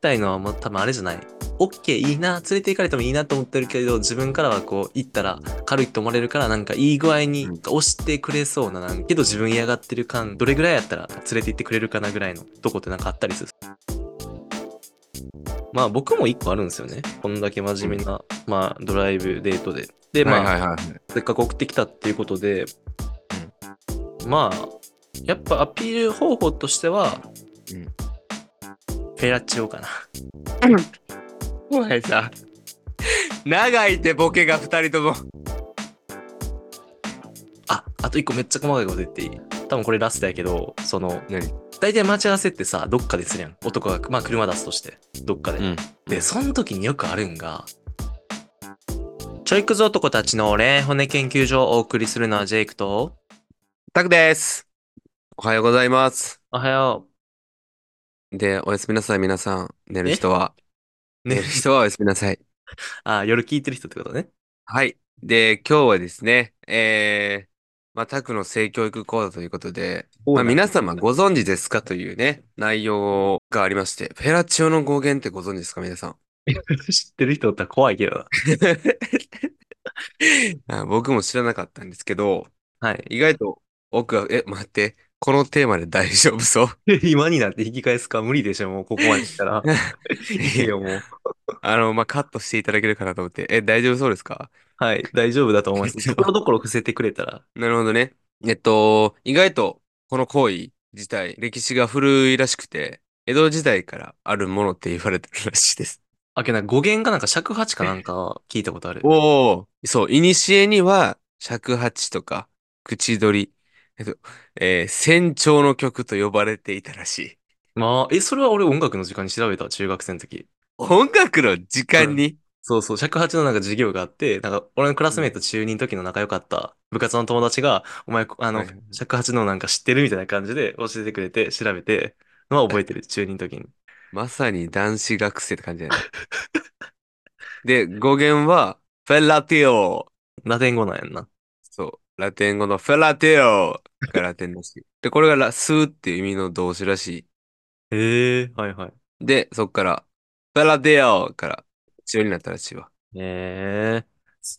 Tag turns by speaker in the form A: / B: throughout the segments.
A: たいのはもう多分あれじゃない。OK いいな連れて行かれてもいいなと思ってるけど自分からはこう行ったら軽いと思われるからなんかいい具合に
B: うん
A: 押してくれそうななんかけど自分嫌がってる感どれぐらいやったら連れて行ってくれるかなぐらいのとこってなんかあったりするまあ僕も一個あるんですよねこんだけ真面目な、まあ、ドライブデートででまあ、
B: はいはいはい。
A: せっかく送ってきたっていうことで、まあやっぱアピール方法としては、
B: うん
A: フェラチオかな
B: お前さ、長いってボケが二人とも。
A: ああと一個めっちゃ細かいこと言っていい多分これラストやけどその
B: 何
A: 大体待ち合わせってさどっかでするやん男がまあ車出すとしてどっかで、
B: うん
A: でその時によくあるんがちょいくぞ男たちの俺骨研究所をお送りするのはジェイクと
B: タクです。おはようございます。
A: おはよ
B: で、おやすみなさい、皆さん。寝る人は。
A: う
B: 寝
A: ね
B: る人はおやすみなさい。
A: あ夜聞いてる人ってことね
B: はい。で、今日はですね、えー、まあ、タクの性教育講座ということで、まあ、皆様ご存知ですかというね、内容がありまして、フェラチオの語源ってご存知ですか、皆さ ん。
A: 知ってる人だったら怖いけどな
B: あ僕も知らなかったんですけど、
A: はい。
B: 意外と奥が、え、待って、このテーマで大丈夫 そう。
A: 今になって引き返すか無理でしょ、もうここまで来たら。 いいよ、もう。
B: あの、まあ、カットしていただけるかなと思って。え、大丈夫そうですか
A: はい、大丈夫だと 思います。ところどころ伏せてくれたら。
B: なるほどね。えっと、意外と、この行為自体、歴史が古いらしくて、江戸時代からあるものって言われてるらしいです。
A: あ、けどなんか語源がなんか尺八かなんか聞いたことある。
B: おお。そう、いにしえには、尺八とか、口取り、えっと、えー、船長の曲と呼ばれていたらしい。
A: まあ、え、それは俺音楽の時間に調べた、中学生の時。
B: 音楽の時間に、
A: そうそう、尺八のなんか授業があって、なんか俺のクラスメイト中2の時の仲良かった部活の友達が、お前、あの
B: はいはい、
A: 尺八のなんか知ってるみたいな感じで教えてくれて、調べて、まあ覚えてる、中2の時に。
B: まさに男子学生って感じだね。で、語源は、フェラティオ。
A: ラテン語なんやんな。
B: そう。ラテン語のフェラティオがラテンらしい。で、これがラスーっていう意味の動詞らし
A: へえ、はいはい。
B: い。で、そっから、フェラティオから、一緒になったらしいわ。
A: え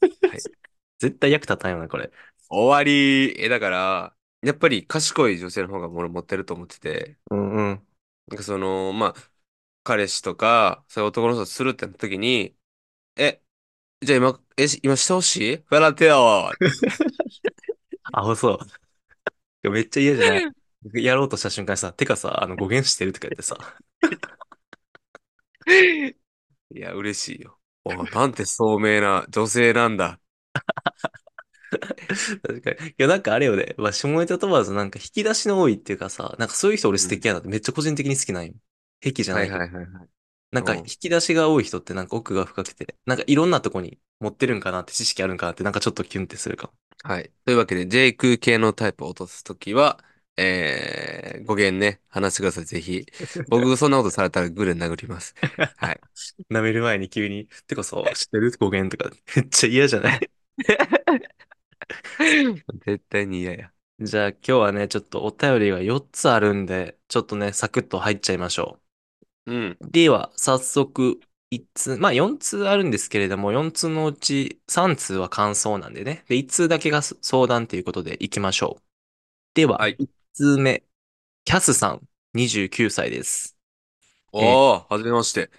A: え
B: はい
A: 絶対役立たんよな、これ。
B: 終わり。え、だから、やっぱり賢い女性の方が物持ってると思ってて、
A: うんうん。
B: なんかその、まあ、彼氏とか、そういう男の人とするってなった時に、え、じゃあ今、え、し今してほしいフェラティオ
A: アホそう。でも めっちゃ嫌じゃ ないやろうとした瞬間にさ、てかさ、あの、語源してるとか言ってさ、
B: いや、嬉しいよ。おなんて聡明な女性なんだ。
A: 確かに。いや、なんかあれよね、まあ、下ネタ問わずなんか引き出しの多いっていうかさ、なんかそういう人俺素敵やなってめっちゃ個人的に好きなんよ。癖じゃないけど。
B: いはい。
A: なんか
B: うん
A: 引き出しが多い人ってなんか奥が深くて、なんかいろんなとこに持ってるんかなって知識あるんかなってなんかちょっとキュンってするかも。
B: はい。というわけで、ジェイク系のタイプを落とすときは、えー、語源ね、話してください、ぜ ひ。僕、そんなことされたらグレ殴り ます。はい。
A: 舐める前に急に、てかさ、知ってる語源とか、めっちゃ嫌じゃない
B: 絶対に嫌や。
A: じゃあ今日はね、ちょっとお便りが4つあるんで、ちょっとね、サクッと入っちゃいましょ
B: うん。
A: う。では、早速、1通、まあ4通あるんですけれども、4通のうち3通は感想なんでね。で、1通だけがそ相談ということでいきましょう。では、
B: はい
A: 1通目。キャスさん、29歳です。
B: おー、はじめまして。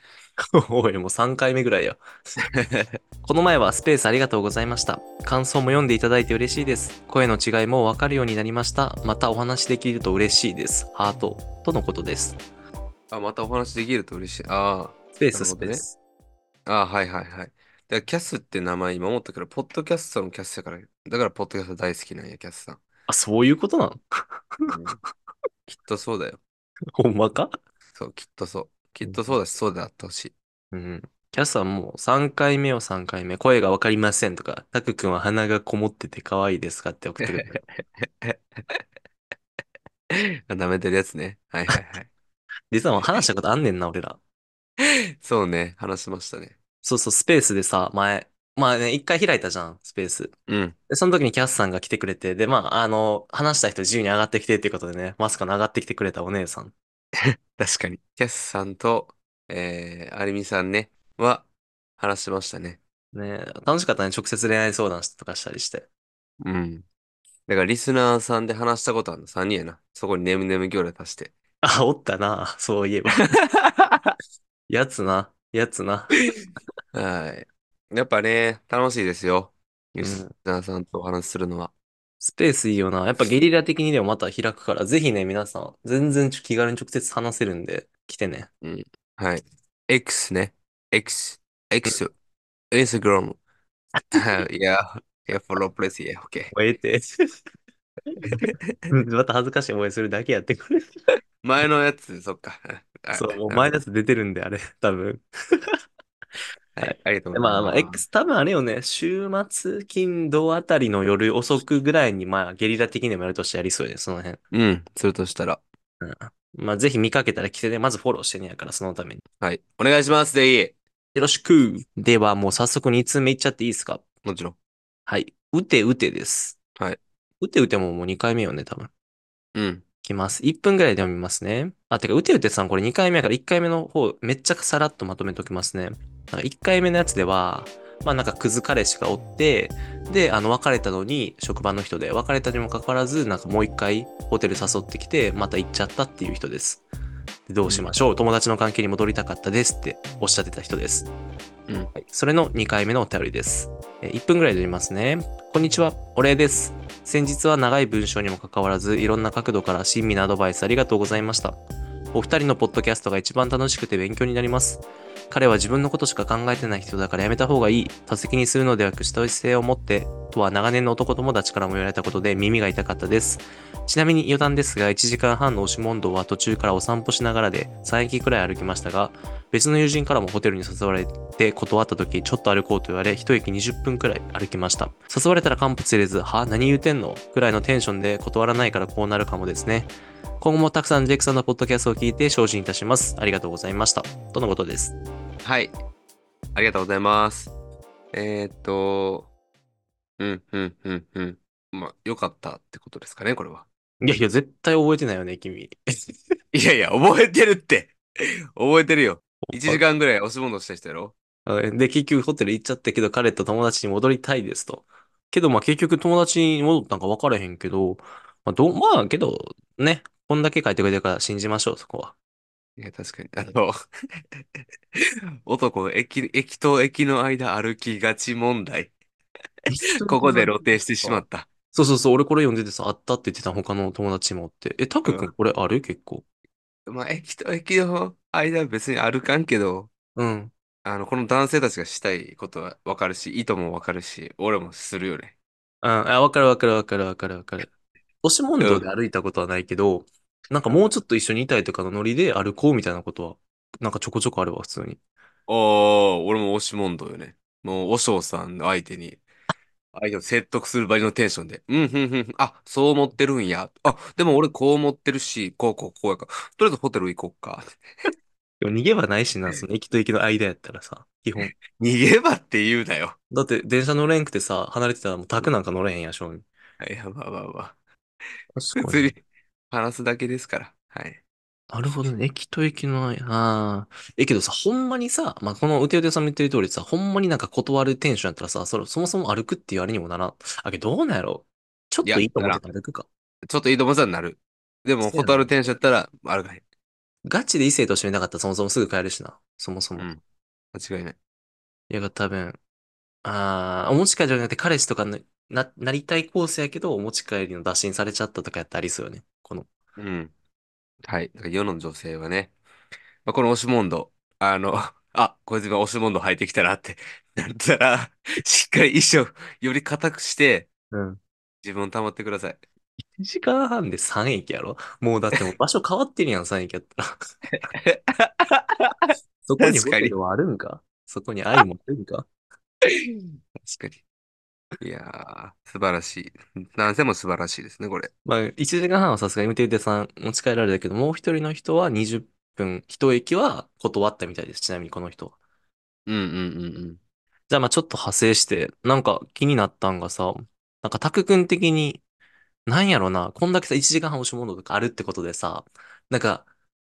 A: おい、もう3回目ぐらいや。 この前はスペースありがとうございました。感想も読んでいただいて嬉しいです。声の違いもわかるようになりました。またお話できると嬉しいです。ハート。とのことです。
B: あ、またお話できると嬉しい。あ
A: スペー
B: な
A: ス、
B: る
A: ス
B: ほ
A: ペ
B: ど
A: ー
B: ね
A: ス。
B: ー、あー、はいはいはい。だからキャスって名前今思ったけど、ポッドキャストのキャスやから、だからポッドキャスト大好きなんや、キャスさん。
A: あ、そういうことなの
B: うんきっとそうだよ。
A: ほんまか
B: そう、きっとそう。きっとそうだし、そうであってほしい。
A: うん。キャスさんもう3回目よ3回目。声がわかりませんとか、タク君は鼻がこもってて可愛いですかって送ってくれた。
B: 舐めてるやつね。はいはいはい。
A: 実はもう話したことあんねんな、俺ら。
B: そうね、話しましたね。
A: そうそう、スペースでさ、前、まあね、一回開いたじゃん、スペース。
B: うん。
A: で、その時にキャスさんが来てくれて、で、まあ、あの、話した人自由に上がってきてっていうことでね、マスカの上がってきてくれたお姉さん。
B: 確かに。キャスさんとえー、アルミさんね、は、話してましたね。
A: ね楽しかったね。直接恋愛相談とかしたりして。
B: うん。だから、リスナーさんで話したことあるの3人やな。そこにネムネム行列足して。
A: あ、おったな。そういえば。やつな。やつな。
B: はい。やっぱね、楽しいですよ。
A: うん
B: リスナーさんとお話しするのは。
A: スペースいいよな。やっぱゲリラ的にでもまた開くから、ぜひね、皆さん、全然ちょ気軽に直接話せるんで、来てね。
B: はい。X ね。X。X。Instagram。はい。いや、いや、フォロープレス、いや、OK。
A: ええ て。また恥ずかしい思いするだけやってくれ。
B: 前のやつ、そっか。あ
A: そう、もう前のやつ出てるんで、あれ、多分。
B: はい。ありがとうござい
A: まあまあ、
B: ます。
A: X 多分あれよね、週末、金、土あたりの夜遅くぐらいに、まあ、ゲリラ的にもやるとしてやりそうで、その辺。
B: うん。するとしたら。
A: まあ、ぜひ見かけたら来てね、まずフォローしてねやから、そのために。
B: はい。お願いします。ぜ
A: よろしく。では、もう早速2通目いっちゃっていいですか
B: ひ。もちろん。
A: はい。うてうてです。
B: はい。
A: うてうてももう2回目よね、多分。い
B: うん。
A: きます。1分ぐらいで読みますね。あ、てか、うてうてさん、これ2回目やから1回目の方、めっちゃさらっとまとめときますね。なんか1回目のやつでは、まあなんかクズ彼氏がおって、で、あの、別れたのに、職場の人で、別れたにもかかわらず、なんかもう一回ホテル誘ってきて、また行っちゃったっていう人です。でどうしましょう、友達の関係に戻りたかったですっておっしゃってた人です。
B: う
A: は
B: ん
A: い、それの2回目のお便りです。えー1分ぐらいで読みますね。こんにちは、お礼です。先日は長い文章にもかかわらず、いろんな角度から親身なアドバイスありがとうございました。お二人のポッドキャストが一番楽しくて勉強になります。彼は自分のことしか考えてない人だからやめた方がいい。他責にするのではなく下打ち性を持って、とは長年の男友達からも言われたことで耳が痛かったです。ちなみに余談ですが、1時間半の押し問答は途中からお散歩しながらで3駅くらい歩きましたが、別の友人からもホテルに誘われて断った時、ちょっと歩こうと言われ、1駅20分くらい歩きました。誘われたら間髪入れず、は何言うてんのくらいのテンションで断らないからこうなるかもですね。今後もたくさんジェイクさんのポッドキャストを聞いて精進いたします。ありがとうございました。とのことです。
B: はい。ありがとうございます。えーっと、うん、うん、うん、うん。まあ、よかったってことですかね、これは。
A: いやいや、絶対覚えてないよね、 君。
B: いやいや、覚えてるって。 覚えてるよ。1時
A: 間
B: 間ぐらい押し物した人やろ。
A: で、結局ホテル行っちゃったけど、彼と友達に戻りたいですと。けど、まあ結局友達に戻ったんか分からへんけど、まあ、どうまあけど、ね、こんだけ書いてくれてるから信じましょう、そこは。
B: いや、確かに。あの、 男、駅、駅と駅の間歩きがち問題。 ここで露呈してしまった。
A: そうそうそう、俺これ読んでてさ、あったって言ってた他の友達もおって。え、タク君これある結構。
B: まあ、駅と駅の間は別に歩かんけど、
A: うん。
B: あの、この男性たちがしたいことはわかるし、意図もわかるし、俺もするよね。
A: うん、あ、わかるわかるわかるわかるわかる。押し問答で歩いたことはないけど、なんかもうちょっと一緒にいたいとかのノリで歩こうみたいなことは、なんかちょこちょこあるわ、普通に。
B: ああ、俺も押し問答よね。もう、和尚さん相手に、相手を説得する場合のテンションで、うん、うん、うん、あ、そう思ってるんや。あ、でも俺こう思ってるし、こうこうこうやから、とりあえずホテル行こっか。
A: でも逃げ場ないしな、その駅と駅の間やったらさ、基本。
B: 逃げ場って言うなよ。
A: だって電車乗れんくてさ、離れてたらもうタクなんか乗れへんや、正味。
B: いや、まあまあまあ。
A: 確
B: 普通に話すだけですから。はい。
A: なるほどね。駅と駅の間、ああ。え、けどさ、ほんまにさ、まあ、このうてうてさんも言ってる通りさ、ほんまになんか断るテンションやったらさ、それ、そもそも歩くっていうあれにもならん。あ、けどどうなんやろちょっといいと思って歩くか。
B: ちょっといいともさになる。でも、
A: そうやな
B: 蛍テンションやったら、あるかへん。
A: ガチで異性として見たかったらそもそもすぐ帰るしな。そもそも。
B: うん間違いない。
A: いや、多分、ああ、お持ち帰りじゃなくて彼氏とかにな、なりたいコースやけど、お持ち帰りの打診されちゃったとかやったらありそうよね。この。
B: うん。はい。だから世の女性はね、まあ、この押し問答、あの、 あ、こいつ今押し問答入ってきたなって なったら、 しっかり衣装より固くして、
A: うん。
B: 自分を保ってください。
A: 1時間半で3駅やろもうだってもう場所変わってるやん、3駅やったら。そこにホ
B: 確かに
A: テルはあるんかそこに愛もあるんか
B: 確かに。いやー、素晴らしい。男性も素晴らしいですね、これ。
A: まあ、1時間半はさすがにてうてさん持ち帰られたけど、もう一人の人は20分、一駅は断ったみたいです。ちなみにこの人は。
B: うんうんうんうん。
A: じゃあまあちょっと派生して、なんか気になったんがさ、なんかタク君的に、なんやろな、こんだけさ、1時間半押し問答とかあるってことでさ、なんか、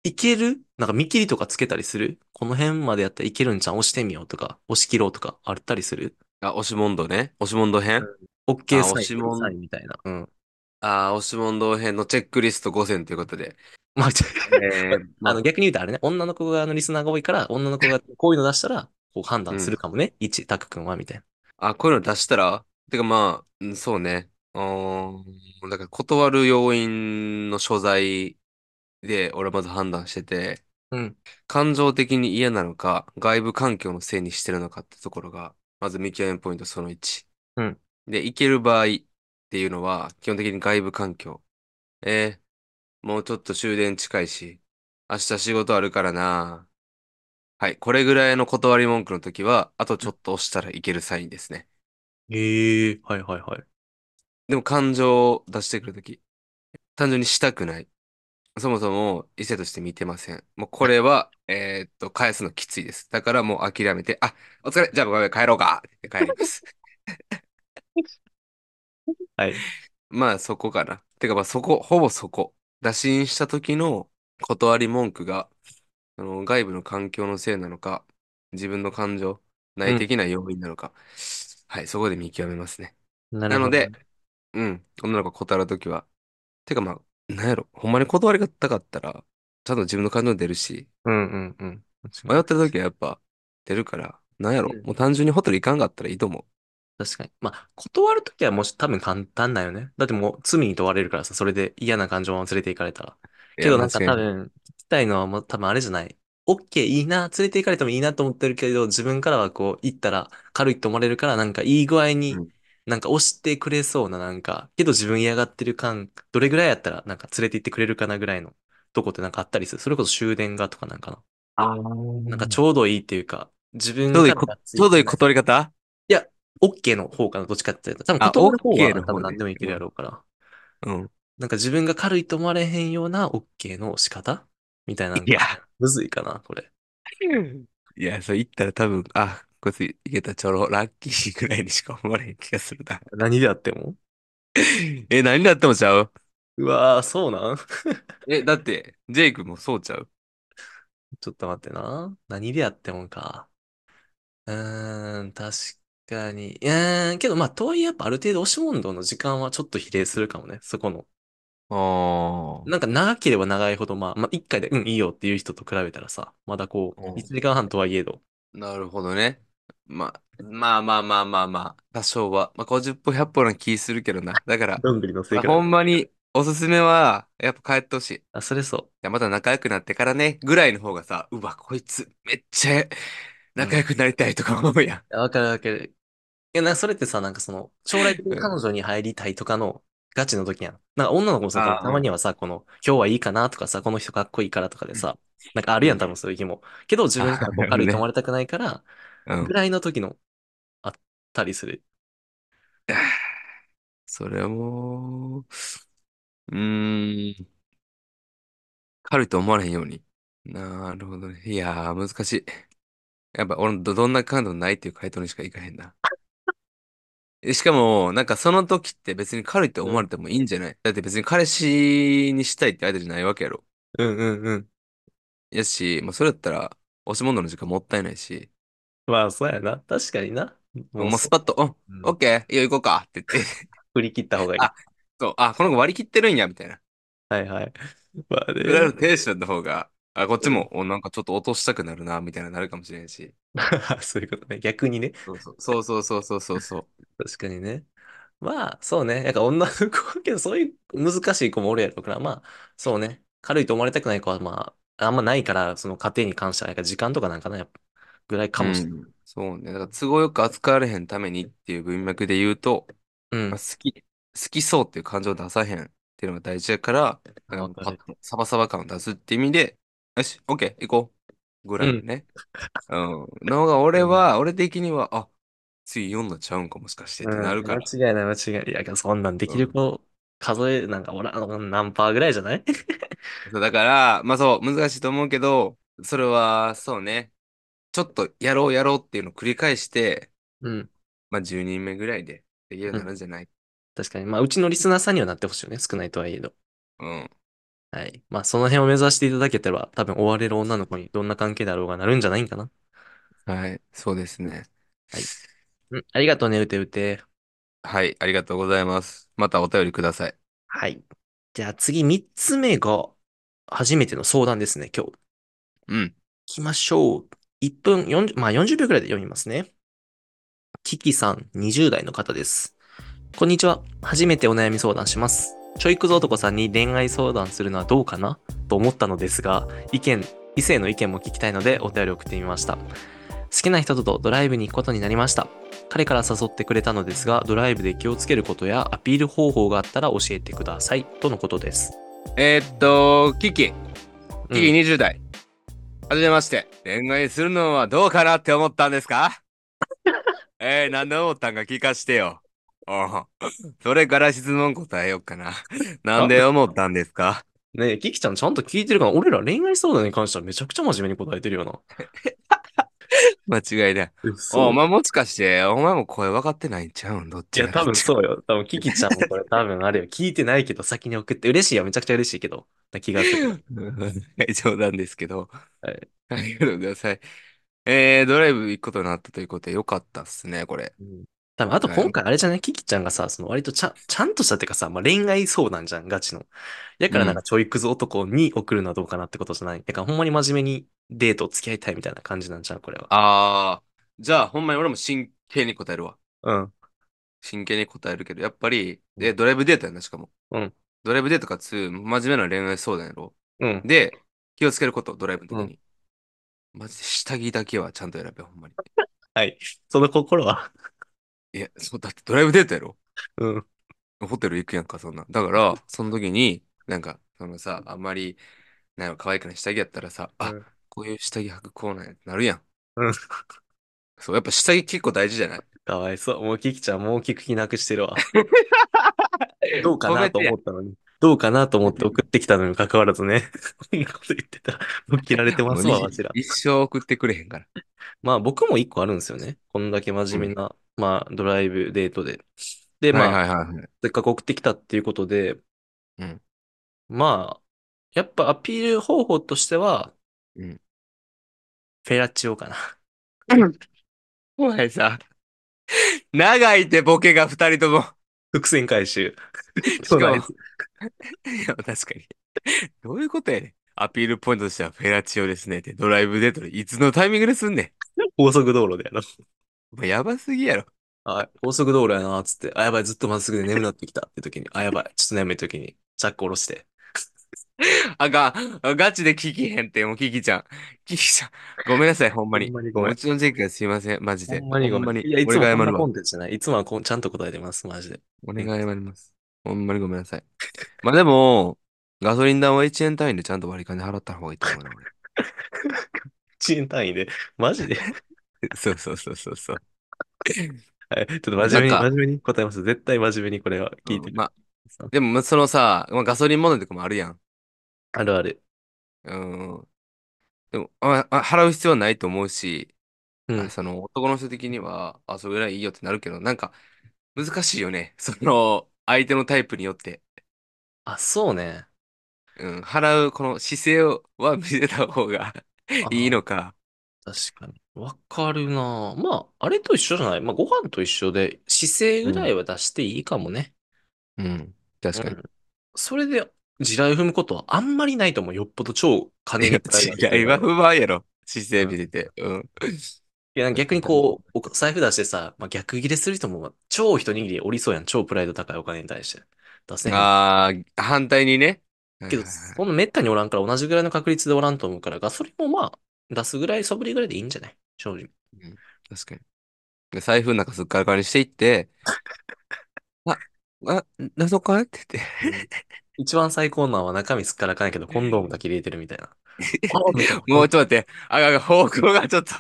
A: いけるなんか見切りとかつけたりするこの辺までやったらいけるんじゃん押してみようとか、押し切ろうとかあったりする
B: あ、押し問答ね。押し問答編。あ
A: ?OK サ
B: 押
A: イ
B: し
A: ン、
B: 問
A: OK サインみたいな。 うん。
B: あー、押し問答編のチェックリスト5選ということで。
A: まあ、ちょ
B: えー、 ま
A: あの逆に言うとあれね、女の子側のリスナーが多いから、女の子がこういうの出したら、こう判断するかもね。1、タク君は、みたいな。
B: あ、こういうの出したら、てかまあ、うんそうね。うーん、だから断る要因の所在で、俺はまず判断してて、
A: うん。
B: 感情的に嫌なのか、外部環境のせいにしてるのかってところが、まず見極めポイントその1。
A: うん
B: で、いける場合っていうのは、基本的に外部環境。えーもうちょっと終電近いし、明日仕事あるからな。はい、これぐらいの断り文句の時は、あとちょっと押したらいけるサインですね。
A: ええはいはいはい。
B: でも感情を出してくるとき、単純にしたくない。そもそも異性として見てません。もうこれは、えーっと、返すのきついです。だからもう諦めて、あ、お疲れ、じゃあごめん、帰ろうかって帰ります。
A: はい。
B: まあそこかな。てかまあそこ、ほぼそこ。打診した時の断り文句が、あの、外部の環境のせいなのか、自分の感情、内的な要因なのか。はい、そこで見極めますね。
A: な
B: な
A: るほ
B: の
A: ど
B: で、うん、女の子が断るときは、てかまあ、なんやろ、ほんまに断りがたかったら、ちゃんと自分の感情出るし、
A: うんうんうん。確か
B: 迷
A: に
B: ってるときはやっぱ出るから、なんやろ
A: う、ん
B: もう単純にホテル行かんかったらいいと思う。
A: 確かに。まあ、断るときはもう多分簡単だよね。だってもう罪に問われるからさ、それで嫌な感情を連れて行かれたら。け
B: いや
A: どなんか
B: 確
A: 多
B: に。
A: 分、聞きたいのはもう多分あれじゃない。OK、いいな、連れて行かれてもいいなと思ってるけど、自分からはこう、行ったら軽いと思われるから、なんかいい具合に
B: うん、
A: なんか押してくれそうな、なんか、けど自分嫌がってる感、どれぐらいやったら、なんか連れて行ってくれるかなぐらいの、とこってなんかあったりする。それこそ終電がとかなんかな。な
B: あ
A: ん
B: ー
A: かちょうどいいっていうか、自分
B: ちょうどいい
A: から
B: ちょうどいい断り方
A: OK の方かな、どっちかって言ったら。
B: あ
A: 多分、断る方は
B: OK の
A: 多
B: 方
A: 分
B: ね
A: 何でもいけるやろうから。
B: うん。
A: なんか自分が軽いと思われへんような OK の仕方みたいなのが。
B: いや
A: むずいかな、これ。
B: いや、そう言ったら多分、あ、こいついけたちょろ、ラッキーぐらいにしか思われへん気がす るな。
A: 何であっても
B: え、何だってもちゃう
A: うわー、そうなん
B: え、だって、ジェイクもそうちゃう
A: ちょっと待ってな。何であってもか。うーん、確かに。うーん、けどまあ、とはいえやっぱある程度押し問答の時間はちょっと比例するかもね、そこの。
B: あー
A: なんか長ければ長いほど、まあ、まあ、1回で、うん、いいよっていう人と比べたらさ、まだこ
B: うん
A: う、1時間半とはいえど、
B: なるほどね。まあ、まあまあまあまあまあ、多少は。まあ、50歩100歩な気するけどな。だから、
A: どんぐりのせい
B: まあ
A: か
B: ほんまにおすすめは、やっぱ帰ってほしい。い
A: あ、それそう。
B: や、また仲良くなってからね、ぐらいの方がさ、うわ、こいつ、めっちゃ仲良くなりたいとか思うやん。
A: いやわかるわかる。いや、なんかそれってさ、なんかその、将来的に
B: うん
A: 彼女に入りたいとかのガチの時やん。なんか女の子も
B: あ
A: さ、
B: あ
A: たまにはさ、この、今日はいいかなとかさ、この人かっこいいからとかでさ、なんかあるやん、多分そういう日も。けど自分からこう
B: ある
A: 軽
B: ね
A: いと思われたくないから、
B: うん
A: ぐ。らいの時の、あったりする。
B: それはもう、うーん、軽いと思われへんように。なるほどね。いやー、難しい。やっぱ俺ど、どんな感度ないっていう回答にしかいかへんな。えしかも、なんかその時って別に軽いって思われてもいいんじゃないだって別に彼氏にしたいって相手じゃないわけやろ。
A: うんうんうん。
B: やし、まあそれだったら、押し問答の時間もったいないし、
A: まあ、そうやな。確かにな。も
B: もう
A: う
B: ス
A: そ、
B: パッと、うん、
A: うん
B: オッケー、いいよ行こうかって言って、
A: 振り切った方がいい。
B: あそう、あ、この子割り切ってるんや、みたいな。
A: はいはい。まあね
B: ぐらいのテンションの方が、あ、こっちも、お、なんかちょっと落としたくなるな、みたいななるかもしれんし。
A: そういうことね。逆にね。
B: そうそうそうそうそうそうそう。
A: 確かにね。まあ、そうね。なんか女の子、けどそういう難しい子もおるやろうから、まあ、そうね。軽いと思われたくない子は、まあ、あんまないから、その家庭に関しては、なんか時間とかなんかな、やっぱ、ぐらいかもしれない。
B: うんそうね。だから都合よく扱われへんためにっていう文脈で言うと、
A: うん
B: まあ、。好き、好きそうっていう感情を出さへんっていうのが大事やから、なんか
A: わか
B: パ
A: る
B: ッとサバサバ感を出すって意味で、よし、オッケー、行こう。ぐらいのね。うん。の方が俺は、俺的には、あ、次読んだちゃうんかもしかしてってなるから。
A: 間違いない、間違いない。いや、そんなんできる子、数え、なんかおらん、何パーぐらいじゃない
B: そうだから、まあそう、難しいと思うけど、それは、そうね。ちょっとやろうやろうっていうのを繰り返して、
A: うん。
B: まあ10人目ぐらいでできるようになるんじゃない
A: 確かに。まあ、うちのリスナーさんにはなってほしいよね。少ないとはいえど。
B: うん。
A: はい。まあ、その辺を目指していただけたら、多分追われる女の子にどんな関係だろうがなるんじゃないんかな。
B: はい、そうですね。
A: うん、ありがとうね、うてうて。
B: はい、ありがとうございます。またお便りください。
A: はい。じゃあ次、三つ目が、初めての相談ですね、今日。
B: うん。
A: 行きましょう。1分40、まあ40秒くらいで読みますね。キキさん、20代の方です。こんにちは。初めてお悩み相談します。ちょいくぞ男さんに恋愛相談するのはどうかなと思ったのですが、意見、異性の意見も聞きたいのでお便りを送ってみました。好きな人とドライブに行くことになりました。彼から誘ってくれたのですが、ドライブで気をつけることやアピール方法があったら教えてください。とのことです。
B: えーっと、キキ、
A: うん
B: キキ20代。はじめまして。恋愛するのはどうかなって思ったんですか えー、なんで思ったんか聞かしてよ。あそれから質問答えようかな。なんで思ったんですか
A: ねえ、キキちゃんちゃんと聞いてるかな俺ら恋愛相談に関してはめちゃくちゃ真面目に答えてるよな。
B: 間違いない。おお前もしかして、お前も声分かってないんちゃうんどっ
A: い
B: ち
A: や、多分
B: ち
A: そうよ。多分、キキちゃんもこれ多分あれよ。聞いてないけど先に送って嬉しいよ。めちゃくちゃ嬉しいけど。な気がする。
B: うん 冗談ですけど。
A: はい
B: ありがとうございます。えー、ドライブ行くことになったということでよかったっすね、これ。
A: 多分、あと今回あれじゃないキキちゃんがさ、その割とちゃん、ちゃんとしたっていうかさ、まあ、恋愛相談じゃん、ガチの。やからなんかちょいクズ男に送るのはどうかなってことじゃない。だからほんまに真面目にデート付き合いたいみたいな感じなんじゃん、これは。
B: あー、じゃあほんまに俺も真剣に答えるわ。
A: うん。
B: 真剣に答えるけど、やっぱり、で、ドライブデートやんな、しかも。
A: うん
B: ドライブデートかつ、真面目な恋愛相談やろ。
A: うん。
B: で、気をつけること、ドライブの時
A: う
B: に。マジで下着だけはちゃんと選べ、ほんまに。
A: はい。その心は。
B: いや、そう、だってドライブデートやろ。
A: うん。
B: ホテル行くやんか、そんなん。だから、その時に、なんか、そのさ、あんまり、なんか可愛くない下着やったらさ、あ、
A: うん
B: こういう下着履くコーナーやってなるやん。
A: うん。
B: そう、やっぱ下着結構大事じゃない
A: かわいそう。もうキキちゃんもう聞く気なくしてるわ。どうかなと思ったのに。どうかなと思って送ってきたのにもかかわらずね。こんなこと言ってたら、ぶっ切られて ますわ、
B: もう
A: わしら。
B: 一生送ってくれへんから。
A: まあ僕も一個あるんですよね。こんだけ真面目な、まあドライブデートで。で、まあ、
B: はいはいはいはい。
A: せっかく送ってきたっていうことで、
B: うん
A: まあ、やっぱアピール方法としては、
B: うん
A: フェラチオかな。
B: お前さ、長いってボケが二人とも。
A: 伏線回収。
B: し
A: そ
B: かも
A: うなんです
B: いや、確かに。どういうことやねん。アピールポイントとしてはフェラチオですねって、ドライブデートでいつのタイミングですんね
A: 高速道路でやな。
B: ん。もうやばすぎやろ。
A: はい、高速道路やなーっつって、あ、やばい、ずっとまっすぐで眠くなってきたって時に、あ、やばい、ちょっと眠い時に、チャック下ろして。
B: あが、 ガチで聞きへんって、もうキキちゃん。 キキちゃん、ごめんなさい、ほんまに。
A: まにごめ
B: も
A: ん。
B: ちろん前回すいません、マジで。
A: ほんまにごめん。いや、いつ
B: 俺
A: もこ
B: が謝
A: んな
B: る
A: コ
B: わ。
A: ンテンツじゃない。いつもはこんちゃんと答えてます、マジで。
B: 俺が謝ります。ほんまにごめんな さい。まあでも、ガソリン代は1円単位でちゃんと割り金払った方がいいと思うな、 俺。
A: 1円単位で。マ ジで。
B: そうそうそうそうそう。
A: はい、ちょっと真面目に、
B: なんか
A: 真面目に答えます。絶対真面目にこれは聞いて
B: う
A: る
B: ん。まあ、でもまあそのさ、まあ、ガソリン問題とかもあるやん。
A: あるある。
B: うん。でも、あ、あ払う必要はないと思うし、
A: うん
B: あその男の人的には、あ、それぐらいいいよってなるけど、なんか、難しいよね。 その、相手のタイプによって。
A: あ、そうね。
B: うん、払う、この姿勢をは見せた方がいいのか。
A: あ。確かに。わかるなぁまあ、あれと一緒じゃない。まあ、ご飯と一緒で、姿勢ぐらいは出していいかもね。
B: うん、確かに
A: う。んそれで、地雷踏むことはあんまりないと思う。よっぽど超金 に
B: 違いは不満やろ。姿勢見てて。うん。
A: いや、逆にこう、お財布出してさ、まあ、逆切れする人も、超一握りおりそうやん。超プライド高いお金に対して。出せへん。
B: ああ、反対にね。
A: けど、
B: はいはいはい
A: そんなめったにおらんから同じぐらいの確率でおらんと思うから、ガソリンもまあ、出すぐらい、そぶりぐらいでいいんじゃない正直。
B: 確かに。で財布の中すっからかにしてい って、あ、あ、謎かいって言って。
A: 一番最高なのは中身すっからかんやけど、コンドームだけ入れてるみたい な。あみたいな
B: もうちょっと待って。あが方向がちょっと。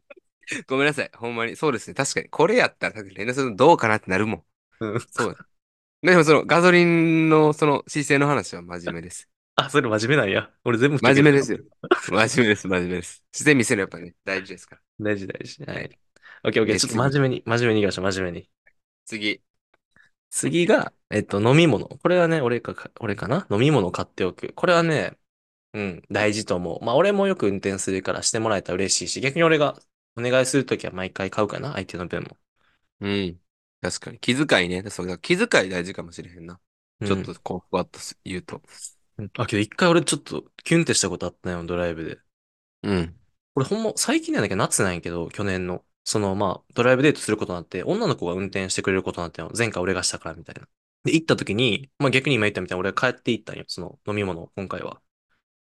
B: ごめんなさい。ほんまに。そうですね。確かに。これやったら、確かに連絡するのどうかなってなるもん。
A: うん
B: そうだ。でもそのガソリンのその姿勢の話は真面目 です。
A: あ、それ真面目なんや。俺全部
B: 真面目です
A: よ。
B: よ。真面目です、真面目です。姿勢見せるやっぱね、大事ですから。
A: 大事大事。はい。オッケーオッケー。
B: で
A: ちょっと真面目に、真面目に行きましょう、真面目に。
B: 次。
A: 次が、えっと、飲み物。これはね、俺か、俺かな飲み物を買っておく。これはね、うん、大事と思う。まあ、俺もよく運転するからしてもらえたら嬉しいし、逆に俺がお願いするときは毎回買うかな、相手の分も。
B: うん。確かに。気遣いね。そうだ気遣い大事かもしれへんな。
A: うん
B: ちょっと、こう、ふわっと言うと。
A: うんあ、けど一回俺ちょっとキュンってしたことあったよ、ドライブで。
B: うん。
A: 俺ほんま、最近なんだけど、夏なんやけど、去年の。その、まあ、ドライブデートすることになって、女の子が運転してくれることになったよ。前回俺がしたから、みたいな。で、行った時に、まあ逆に今言ったみたいに俺帰って行ったんよ、その飲み物を、今回は。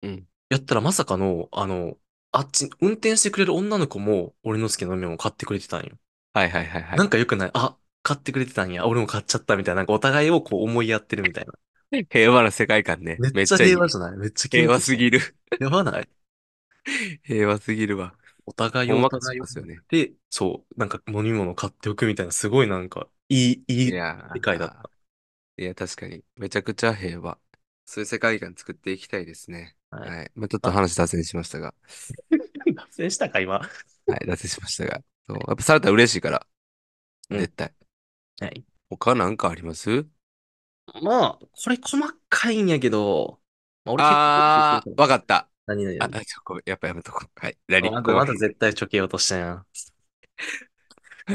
B: うん。
A: やったらまさかの、あの、あっち、運転してくれる女の子も、俺の好きな飲み物を買ってくれてたんよ。
B: はいはいはいはい。
A: なんか良くないあ、買ってくれてたんや。俺も買っちゃったみたいな。なんかお互いをこう思いやってるみたいな。
B: 平和な世界観ね。
A: めっちゃ
B: いい
A: 平和じゃないめっちゃキュン
B: 平
A: と
B: 和
A: し
B: すぎる。
A: たやばない
B: 平和すぎるわ。
A: お互い
B: ほ
A: を
B: ん
A: お
B: まかそう
A: 互いを
B: ですよね。
A: で、そう、なんか飲み物を買っておくみたいな、すごいなんか、いい、いい
B: いやー
A: 理解だった。
B: いや、確かに。めちゃくちゃ平和。そういう世界観作っていきたいですね。
A: はい
B: はい。まあ、ちょっと話脱線しましたが。
A: 脱線したか、今。
B: はい、脱線しましたが。そう。やっぱされたら嬉しいから。
A: うん
B: 絶対。
A: はい。
B: 他なんかあります
A: まあ、これ細かいんやけど、まあ、俺
B: あー、わかった。
A: 何々
B: あ、
A: 何
B: ちょごめんやっぱやめとこう。はい。何
A: 々。ま
B: ご
A: だ
B: めん
A: まだ絶対ちょけようとした やん。
B: は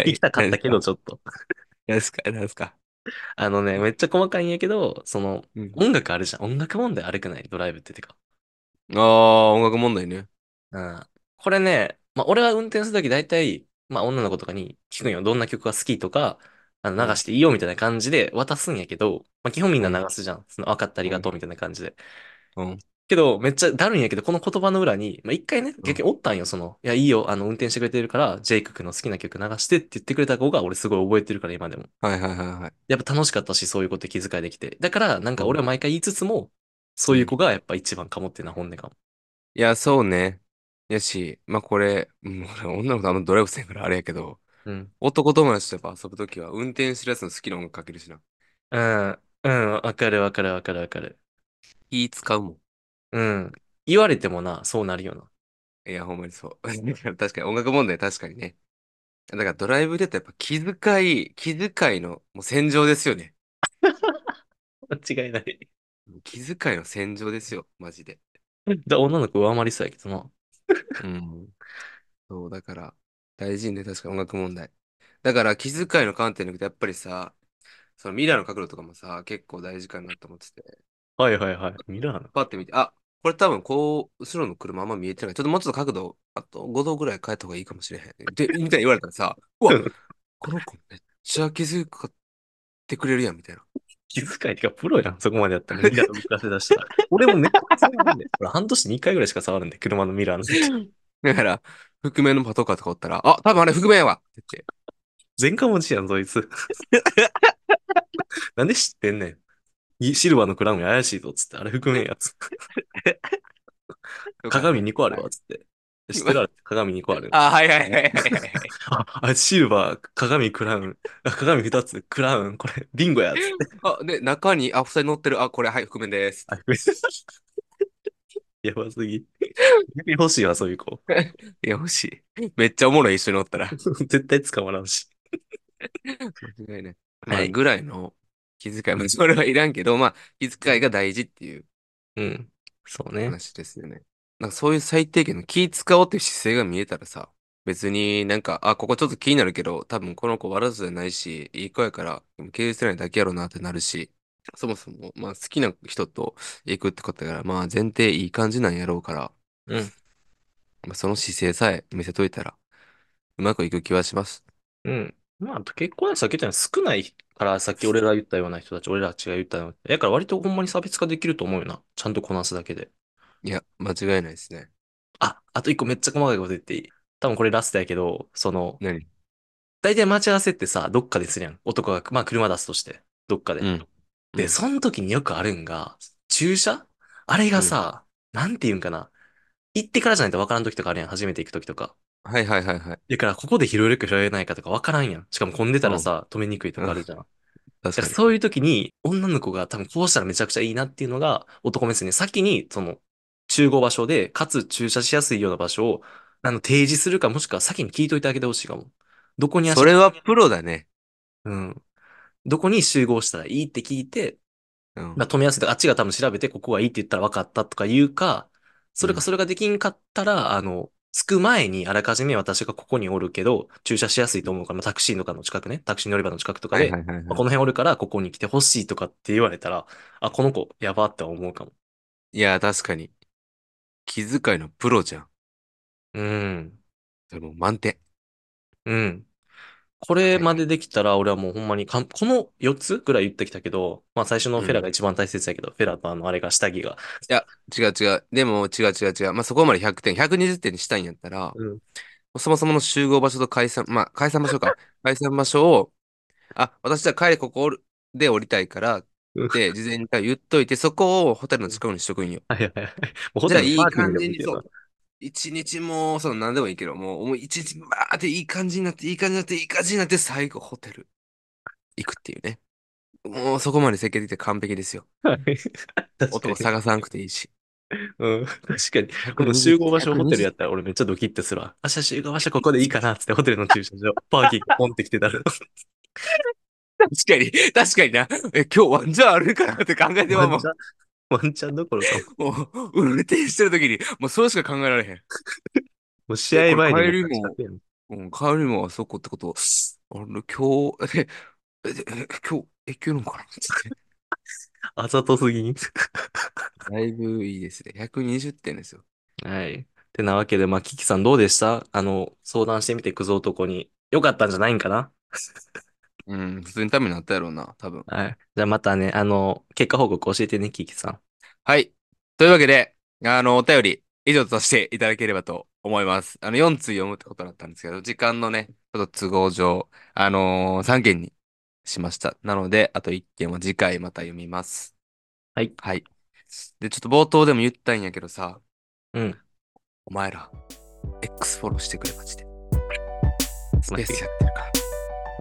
B: い
A: 行きたかったけど、。ちょっと。
B: 何ですか、何ですか。
A: あのね、めっちゃ細かいんやけど、その、
B: うん
A: 音楽あるじゃん。音楽問題悪くないドライブっててか。
B: ああ、音楽問題ね。
A: うん。これね、まあ、俺は運転するとき大体、まあ、女の子とかに聞くんよ。どんな曲が好きとか、あの、
B: うん
A: 流していいよみたいな感じで渡すんやけど、まあ、基本みんな流すじゃん。その、分かったありがとうみたいな感じで。
B: うん。
A: けど、めっちゃだるいんやけど、この言葉の裏に、まあ、一回ね、逆におったんよ。その、いや、いいよ、あの、運転してくれてるから、ジェイク君の好きな曲流してって言ってくれた子が、俺すごい覚えてるから、今でも。
B: はいはいはいはい。
A: やっぱ楽しかったし、そういうことで気遣いできて。だから、なんか俺は毎回言いつつも、そういう子がやっぱ一番かもっていうのは本音かも。
B: いや、そうね。やし、まあこれ、うん俺女の子とあんまドライブせんからあれやけど、
A: うん。
B: 男友達とやっぱ遊ぶときは運転してるやつの好きな音楽かけるしな。
A: うん。うん。わかるわかるわかるわかる。
B: 気使うも
A: うん。言われてもな、そうなるよな。
B: ん。いや、ほんまにそう。 だから確かに音楽問題確かにね。だからドライブでとやっぱ気遣い、気遣いのもう戦場ですよね。
A: 間違いない。
B: 気遣いの戦場ですよ、マジで。
A: だ女の子上回りそうやけどな。
B: うん。そう、だから、大事ね、確かに音楽問題。だから、気遣いの観点で言うと、やっぱりさ、そのミラーの角度とかもさ、結構大事かなと思ってて、
A: はいはいはい。ミラーの。
B: パッて見て、あ、これ多分、こう、後ろの車あんま見えてない。ちょっともうちょっと角度、あと5度ぐらい変えた方がいいかもしれへん。 で、みたいに言われたらさ、うわ、この子めっちゃ気遣ってくれるやん、みたいな。
A: 気遣いってかプロやん。そこまでやった らミラーを浮かせ出したら。俺もめっちゃ触るんで。俺半年に1回ぐらいしか触るんで、車のミラーの時。
B: だから、覆面のパトカーとかおったら、あ、多分あれ覆面やわって言って。
A: 前科持ちやん、そい つ。なんで知ってんねん。いシルバーのクラウン怪しいぞ、つって。あれ含めんや つ。鏡2個あるわ、つ って。知ってるあれ鏡2個ある。
B: あ、はいはいはいはいはい。
A: あ、あシルバー、鏡クラウン。あ鏡2つ、クラウン、これ、ビンゴや、つって。
B: あ、で、中に、あ、二人乗ってる。あ、これ、はい、覆面です。
A: あ含め やばすぎ。逆に欲しいわ、そういう子。
B: いや、欲しい。めっちゃおもろい、一緒に乗ったら。
A: 絶対捕まらんし。
B: 間違いない。
A: はい
B: まあ、ぐらいの気遣い。まあ、それはいらんけど、まあ、気遣いが大事っていう
A: うん。そうね。
B: 話ですよね。なんかそういう最低限の気遣おうっていう姿勢が見えたらさ、別になんか、あ、ここちょっと気になるけど、多分この子悪そうじゃないし、いい子やから、でも経営してないだけやろうなってなるし、そもそも、まあ、好きな人と行くってことだから、まあ、前提いい感じなんやろうから、
A: うん。
B: まあ、その姿勢さえ見せといたら、うまくいく気はします。
A: うん。まあ、結婚の先じゃない少ないから、さっき俺ら言ったような人たち、俺らが違い言ったような。だから割とほんまに差別化できると思うよな。ちゃんとこなすだけで。
B: いや、間違いないですね。
A: あ、あと一個めっちゃ細かいこと言っていい多分これラストやけど、その、
B: 何
A: 大体待ち合わせってさ、どっかでするやん。男が、まあ車出すとして、どっかで。
B: うんう
A: で、
B: ん
A: その時によくあるんが、駐車あれがさ、なんて言うんかな。行ってからじゃないと分からん時とかあるやん。初めて行く時とか。
B: はいはいはいはい。
A: だから、ここで拾えるか拾えないかとか分からんやん。しかも混んでたらさ、止めにくいとかあるじゃん。だ
B: 確
A: か
B: からに。
A: そういう時に、女の子が多分こうしたらめちゃくちゃいいなっていうのが、男目線で先に、その、集合場所で、かつ駐車しやすいような場所を、あの、提示するか、もしくは先に聞いといてあげてほしいかも。どこに足
B: それはプロだね。
A: うん。どこに集合したらいいって聞いて、
B: うん
A: まあ、止め合わせて、あっちが多分調べて、ここがいいって言ったら分かったとか言うか、それ
B: うん
A: かそれができんかったら、あの、着く前にあらかじめ私がここにおるけど、駐車しやすいと思うから、まあタクシーとかの近くね、タクシー乗り場の近くとか
B: は
A: で、
B: いはいはいはい
A: まあこの辺おるからここに来てほしいとかって言われたら、あ、この子やばって思うかも。
B: いや、確かに。気遣いのプロじゃん。
A: うん。
B: でも満点。
A: うん。これまでできたら、俺はもうほんまにかん、この4つぐらい言ってきたけど、まあ最初のフェラが一番大切やけど、フェラとあの、あれが下着が。
B: 違う違う。でも違う違う違う。まあ、そこまで100点、120点にしたいんやったら、
A: うん
B: そもそもの集合場所と解散、まあ、解散場所か。 解散場所を、あ、私は帰りここおるで降りたいから、
A: うん
B: って事前に言っといて、そこをホテルの近くにしとくんよ。
A: はいはいはい。もうホ
B: じゃあ、
A: テ
B: い
A: ル
B: い
A: のパーキン
B: 感
A: グで
B: じ
A: もいい
B: に、
A: け
B: そ
A: ど
B: う。一日もう、その何でもいいけど、もう、もう一日、ばーっていい感じになって、いい感じになって、いい感じになって、最後、ホテル、行くっていうね。もう、そこまで設計できて完璧ですよ。
A: な。はい確か
B: 男
A: に。
B: 探さなくていいし。
A: うん。確かに。この集合場所ホテルやったら俺めっちゃドキッとするわ。明日集合場所ここでいいかなっつってホテルの駐車場、パーキングポンって来て たら。
B: 確かに、確かにな。え、今日ワンチャンあるかなって考えて
A: ワ
B: はも
A: ンチャン、ワンチャンどころかも。
B: う、もう、運転してる時に、もうそれしか考えられへん。
A: もう試合前に
B: これ
A: め
B: 帰り
A: っ
B: も
A: ちゃ近くやん。
B: うん、帰りもあそこってこと、あの、今日、え、え、え今日、え、今日のかなつって。
A: あざとすぎん。
B: だいぶいいですね。120点ですよ。
A: はい。ってなわけで、まあ、キキさんどうでしたあの、相談してみて、クズ男に。よかったんじゃないんかな
B: うん、普通にためになったやろうな、多分。
A: はい。じゃあまたね、あの、結果報告教えてね、キキさん。
B: はい。というわけで、あの、お便り、以上としていただければと思います。あの、4通読むってことだったんですけど、時間のね、ちょっと都合上、あのー、3件にしました。なので、あと1件は次回また読みます。
A: はい。
B: はい。で、ちょっと冒頭でも言ったんやけどさ、
A: うん。
B: お前ら、X フォローしてくれ、マジで。スペースやってるか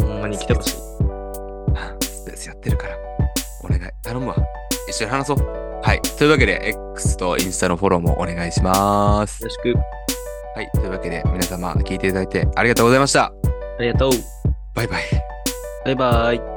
B: ら。
A: ほんまに来てほしい。
B: スペースやってるから、お願い、頼むわ。一緒に話そう。はい。というわけで、X とインスタのフォローもお願いします
A: よろ。しく。
B: はい。というわけで、皆様、聞いていただいてありがとうございました。
A: ありがとう。
B: バイバイ。
A: バイバイ。